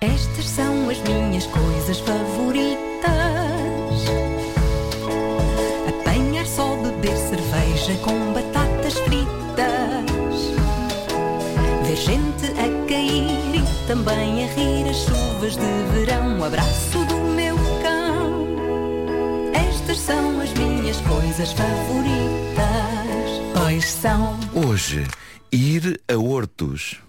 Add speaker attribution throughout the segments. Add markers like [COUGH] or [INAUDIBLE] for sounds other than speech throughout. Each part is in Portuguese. Speaker 1: Estas são as minhas coisas favoritas: apanhar só, beber cerveja com batatas fritas, ver gente a cair e também a rir as chuvas de verão. O abraço do meu cão. Estas são as minhas coisas favoritas, pois são.
Speaker 2: Hoje, ir a Hortos.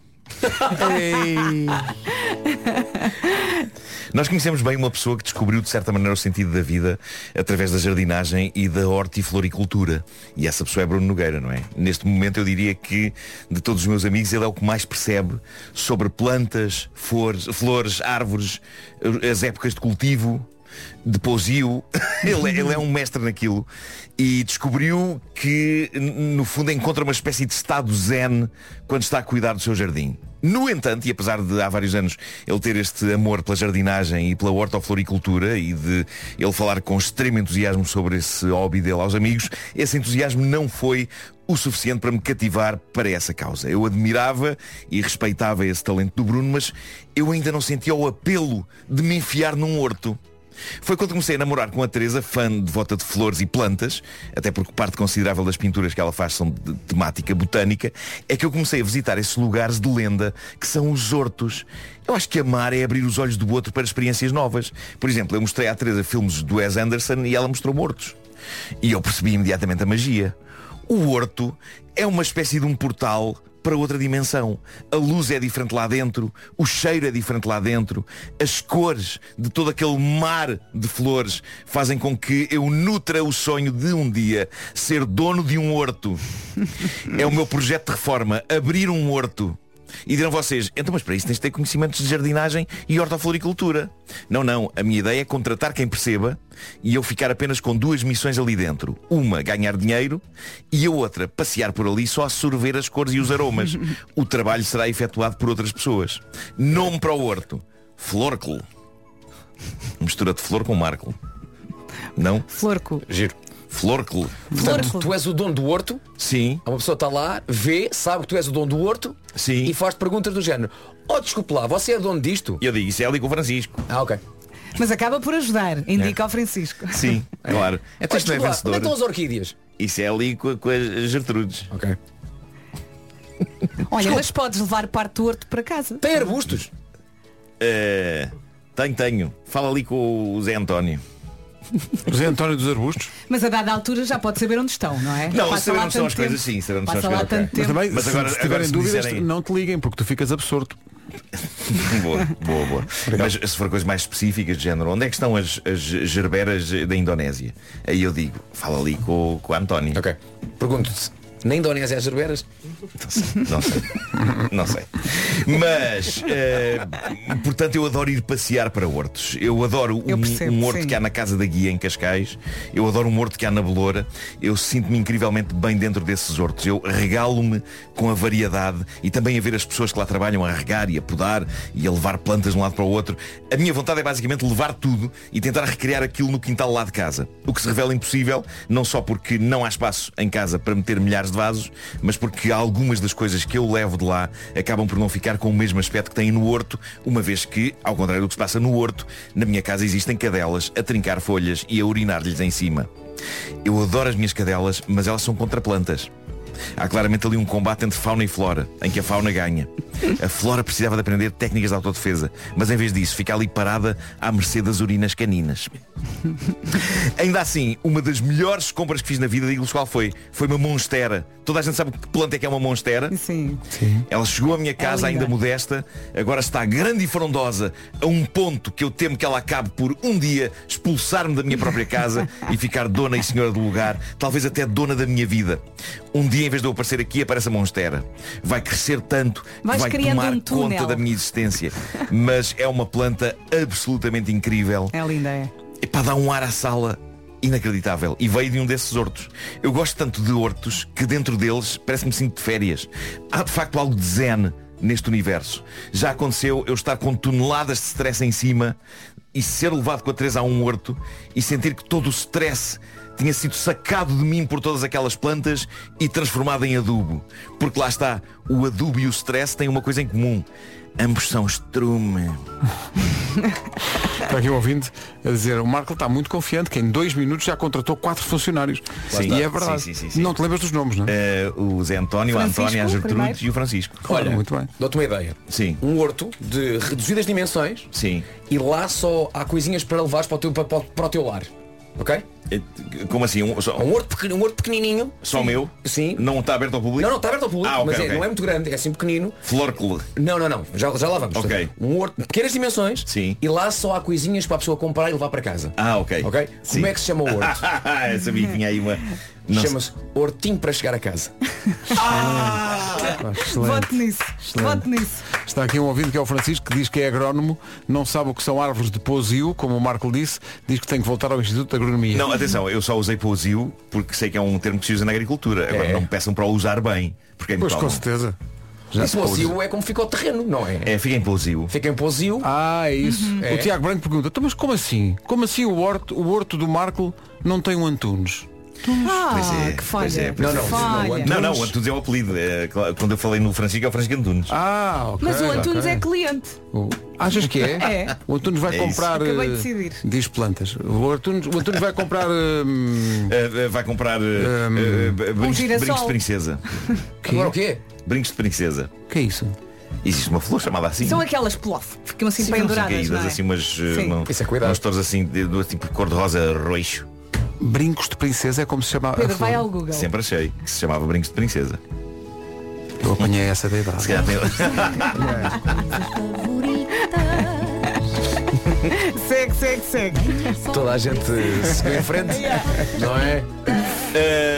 Speaker 2: Nós conhecemos bem uma pessoa que descobriu de certa maneira o sentido da vida através da jardinagem e da hortifloricultura. E essa pessoa é Bruno Nogueira, não é? Neste momento eu diria que de todos os meus amigos ele é o que mais percebe sobre plantas, flores, flores árvores, as épocas de cultivo. De pousio, [LAUGHS] ele, é- ele é um mestre naquilo e descobriu que, n- no fundo, encontra uma espécie de estado zen quando está a cuidar do seu jardim. No entanto, e apesar de há vários anos ele ter este amor pela jardinagem e pela hortofloricultura e de ele falar com extremo entusiasmo sobre esse hobby dele aos amigos, esse entusiasmo não foi o suficiente para me cativar para essa causa. Eu admirava e respeitava esse talento do Bruno, mas eu ainda não sentia o apelo de me enfiar num horto. Foi quando comecei a namorar com a Teresa, fã devota de flores e plantas, até porque parte considerável das pinturas que ela faz são de temática botânica, é que eu comecei a visitar esses lugares de lenda que são os hortos. Eu acho que amar é abrir os olhos do outro para experiências novas. Por exemplo, eu mostrei à Teresa filmes do Wes Anderson e ela mostrou mortos. E eu percebi imediatamente a magia. O horto é uma espécie de um portal para outra dimensão. A luz é diferente lá dentro, o cheiro é diferente lá dentro, as cores de todo aquele mar de flores fazem com que eu nutra o sonho de um dia ser dono de um horto. É o meu projeto de reforma, abrir um horto. E dirão vocês, então mas para isso tens de ter conhecimentos de jardinagem e hortofloricultura. Não, não, a minha ideia é contratar quem perceba e eu ficar apenas com duas missões ali dentro. Uma, ganhar dinheiro e a outra, passear por ali só a sorver as cores e os aromas. o trabalho será efetuado por outras pessoas. Nome para o horto, Florcle. Mistura de flor com marco. Não?
Speaker 3: Florco.
Speaker 4: Giro.
Speaker 2: Florcle.
Speaker 4: Portanto,
Speaker 3: Porco.
Speaker 4: tu és o dono do horto,
Speaker 2: Sim,
Speaker 4: há uma pessoa que está lá, vê, sabe que tu és o dono do horto
Speaker 2: Sim.
Speaker 4: e faz perguntas do género. Oh, desculpe lá, você é dono disto?
Speaker 2: eu digo, isso é ali com o Francisco.
Speaker 4: Ah, ok.
Speaker 3: Mas acaba por ajudar,
Speaker 2: É.
Speaker 3: indica ao Francisco.
Speaker 2: Sim, claro.
Speaker 4: Oh,
Speaker 2: Então isto não é
Speaker 4: desculpe lá, Onde é que estão
Speaker 2: vencedor.
Speaker 4: as orquídeas?
Speaker 2: Isso é ali com, com as Gertrudes.
Speaker 4: Ok.
Speaker 3: Olha, mas podes levar parte do horto para casa.
Speaker 4: Tem arbustos?
Speaker 2: Eh, tenho, tenho. Fala ali com o Zé António. [LAUGHS]
Speaker 5: José António dos Arbustos.
Speaker 3: Mas a dada altura já pode saber onde estão, não é?
Speaker 2: Não,
Speaker 3: Passa
Speaker 2: saber
Speaker 3: lá
Speaker 2: onde são
Speaker 3: tanto
Speaker 2: as coisas,
Speaker 3: tempo.
Speaker 2: sim, saber onde
Speaker 3: Passa
Speaker 2: são as
Speaker 3: lá
Speaker 2: coisas, ok.
Speaker 3: tanto
Speaker 5: Mas
Speaker 3: tempo.
Speaker 5: também,
Speaker 2: Mas
Speaker 5: se,
Speaker 2: agora-
Speaker 5: se
Speaker 2: agora
Speaker 5: tiverem
Speaker 2: se me
Speaker 5: dúvidas,
Speaker 2: disserem-
Speaker 5: não te liguem, porque tu ficas absorto.
Speaker 2: boa, boa, boa. Mas se for coisas mais específicas de género, onde é que estão as, as gerberas da Indonésia? Aí eu digo, fala ali com, com o António.
Speaker 4: Ok. Pergunto-te, na Indonésia há gerberas?
Speaker 2: Não sei, não sei. [LAUGHS] Não sei. Mas, eh, portanto, eu adoro ir passear para hortos. Eu adoro um,
Speaker 3: Eu percebo,
Speaker 2: um horto
Speaker 3: sim.
Speaker 2: que há na Casa da Guia, em Cascais. Eu adoro um horto que há na Beloura. Eu sinto-me incrivelmente bem dentro desses hortos. Eu regalo-me com a variedade e também a ver as pessoas que lá trabalham a regar e a podar e a levar plantas de um lado para o outro. A minha vontade é basicamente levar tudo e tentar recriar aquilo no quintal lá de casa. O que se revela impossível, não só porque não há espaço em casa para meter milhares de vasos, mas porque algumas das coisas que eu levo de lá acabam por não ficar com o mesmo aspecto que têm no horto, uma vez que, ao contrário do que se passa no horto, na minha casa existem cadelas a trincar folhas e a urinar-lhes em cima. Eu adoro as minhas cadelas, mas elas são contra plantas. Há claramente ali um combate entre fauna e flora, em que a fauna ganha. A flora precisava de aprender técnicas de autodefesa, mas em vez disso fica ali parada à mercê das urinas caninas. Ainda assim, uma das melhores compras que fiz na vida, digo-vos qual foi. Foi uma monstera. Toda a gente sabe que planta é que é uma monstera.
Speaker 3: Sim.
Speaker 2: Ela chegou à minha casa
Speaker 3: linda.
Speaker 2: ainda modesta, agora está grande e frondosa, a um ponto que eu temo que ela acabe por um dia expulsar-me da minha própria
Speaker 3: [LAUGHS]
Speaker 2: casa e ficar dona e senhora do lugar, talvez até dona da minha vida. Um dia, em vez de eu aparecer aqui, aparece a monstera. Vai crescer tanto, que
Speaker 3: Vais
Speaker 2: vai
Speaker 3: criando
Speaker 2: tomar
Speaker 3: um túnel.
Speaker 2: conta da minha existência. Mas é uma planta absolutamente incrível.
Speaker 3: É linda, é.
Speaker 2: É para dar um ar à sala inacreditável. E veio de um desses hortos. Eu gosto tanto de hortos que dentro deles parece-me sinto de férias. Há de facto algo de zen neste universo. Já aconteceu eu estar com toneladas de stress em cima e ser levado com a Teresa a um horto e sentir que todo o stress tinha sido sacado de mim por todas aquelas plantas e transformado em adubo. Porque lá está, o adubo e o stress têm uma coisa em comum. Ambos são estrume.
Speaker 5: Está aqui o ouvinte a dizer, o Marco está muito confiante que em dois minutos já contratou quatro funcionários.
Speaker 2: Sim.
Speaker 5: E é verdade.
Speaker 2: Sim, sim, sim, sim.
Speaker 5: Não te lembras dos nomes, não é?
Speaker 2: Eh, o Zé António, a
Speaker 3: Francisco,
Speaker 2: Antónia, a Gertrude
Speaker 3: primeiro.
Speaker 2: e o Francisco.
Speaker 5: Claro, muito bem.
Speaker 4: Dou-te uma ideia.
Speaker 2: Sim.
Speaker 4: Um horto de reduzidas dimensões
Speaker 2: Sim.
Speaker 4: e lá só há coisinhas para levares para o teu, para, para- para o teu lar. Ok?
Speaker 2: Eh, Como assim? Um, só,
Speaker 4: Um horto, pequeno, um horto pequenininho.
Speaker 2: só o meu?
Speaker 4: Sim.
Speaker 2: Não está aberto ao público?
Speaker 4: Não, não, está aberto ao público,
Speaker 2: Ah, ok,
Speaker 4: mas é,
Speaker 2: ok.
Speaker 4: não é muito grande, é assim pequenino.
Speaker 2: Florcle.
Speaker 4: Não, não, não, já, já lá vamos.
Speaker 2: Ok.
Speaker 4: Um horto de pequenas dimensões
Speaker 2: Sim.
Speaker 4: e lá só há coisinhas para a pessoa comprar e levar para casa.
Speaker 2: Ah, ok.
Speaker 4: Ok?
Speaker 2: Sim.
Speaker 4: Como é que se chama o horto?
Speaker 2: [LAUGHS] Eu sabia que tinha aí
Speaker 4: [LAUGHS]
Speaker 2: uma. Não sei.
Speaker 4: Chama-se hortinho para chegar
Speaker 2: [LAUGHS]
Speaker 4: a casa.
Speaker 5: Ah, excelente.
Speaker 3: Vote nisso. Vote nisso.
Speaker 5: Está aqui um ouvinte que é o Francisco, que diz que é agrónomo, não sabe o que são árvores de posio, como o Marco disse, diz que tem que voltar ao Instituto de Agronomia.
Speaker 2: Não, é atenção, eu só usei posio porque sei que é um termo que se usa na agricultura. Agora
Speaker 4: É.
Speaker 2: não me peçam para o usar bem, porque é muito
Speaker 5: Pois com certeza. Já
Speaker 4: Isso posio é como fica o terreno, não é?
Speaker 2: É, fica em posio.
Speaker 4: Fica em posio.
Speaker 5: Ah, é isso.
Speaker 3: Uhum.
Speaker 4: É.
Speaker 5: O Tiago Branco pergunta, "Então, mas como assim? Como assim o horto, o horto do Marco não tem um Antunes?
Speaker 2: Pois
Speaker 3: Ah,
Speaker 2: é,
Speaker 3: que
Speaker 2: pois é,
Speaker 3: falha.
Speaker 2: pois
Speaker 4: é. Não, não,
Speaker 3: Falha.
Speaker 4: não,
Speaker 2: Não, não, o Antunes é o apelido. É, claro, quando eu falei no Francisco, é o Francisco Antunes.
Speaker 5: Ah, ok.
Speaker 3: Mas o Antunes
Speaker 5: ok.
Speaker 3: é cliente.
Speaker 5: O- Achas que é?
Speaker 3: [LAUGHS] É.
Speaker 5: O Antunes vai
Speaker 2: É isso.
Speaker 5: comprar.
Speaker 3: Acabei de
Speaker 5: eh,
Speaker 3: decidir.
Speaker 5: Diz plantas. O Antunes, o Antunes vai comprar. hum,
Speaker 2: Eh, eh, vai comprar eh,
Speaker 5: Um
Speaker 2: eh, b- brincos,
Speaker 3: girassol.
Speaker 2: brincos de princesa.
Speaker 4: Agora o quê?
Speaker 2: Brincos de princesa.
Speaker 5: que é isso?
Speaker 2: Existe uma flor chamada assim.
Speaker 3: São Então aquelas plof, ficam assim
Speaker 2: Sim, não são
Speaker 3: penduradas.
Speaker 2: caídas,
Speaker 3: não é?
Speaker 2: assim umas, eh,
Speaker 3: Sim.
Speaker 2: uma-
Speaker 4: Isso é cuidado.
Speaker 2: umas torres assim, de, de- tipo cor-de-rosa roxo.
Speaker 5: Brincos de princesa é como se chama. a
Speaker 3: Pedro,
Speaker 5: flor.
Speaker 3: vai ao Google.
Speaker 2: Sempre achei que se chamava brincos de princesa.
Speaker 5: Eu apanhei essa da
Speaker 2: Se
Speaker 5: idade.
Speaker 2: calhar tem-
Speaker 3: [LAUGHS]
Speaker 1: Favoritas.
Speaker 3: Segue, segue, segue.
Speaker 4: [LAUGHS] Toda a gente se vê em frente, não é?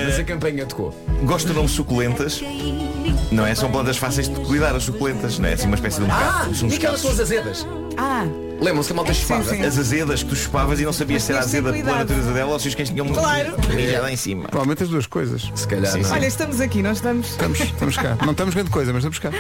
Speaker 4: Mas a campanha tocou.
Speaker 2: é Gosto de nomes suculentas. Não é? São plantas fáceis de cuidar, as suculentas, não é? Assim uma espécie de um
Speaker 4: Ah,
Speaker 2: bocado. São uns
Speaker 4: e
Speaker 2: cactos.
Speaker 4: aquelas são as azedas.
Speaker 3: Ah,
Speaker 4: Lembram-se da malta
Speaker 3: Sim,
Speaker 4: espada?
Speaker 3: sim.
Speaker 2: As azedas que tu chupavas e não sabias se era
Speaker 3: Mas tens de ter
Speaker 2: azeda pela
Speaker 3: cuidado.
Speaker 2: natureza dela ou se os cães tinham
Speaker 3: Claro.
Speaker 2: mijado em cima.
Speaker 5: Provavelmente as duas coisas.
Speaker 4: Se calhar
Speaker 2: Sim,
Speaker 4: não.
Speaker 2: sim.
Speaker 3: olha, estamos aqui, nós estamos.
Speaker 5: Estamos, estamos cá. Não estamos grande coisa, mas estamos cá.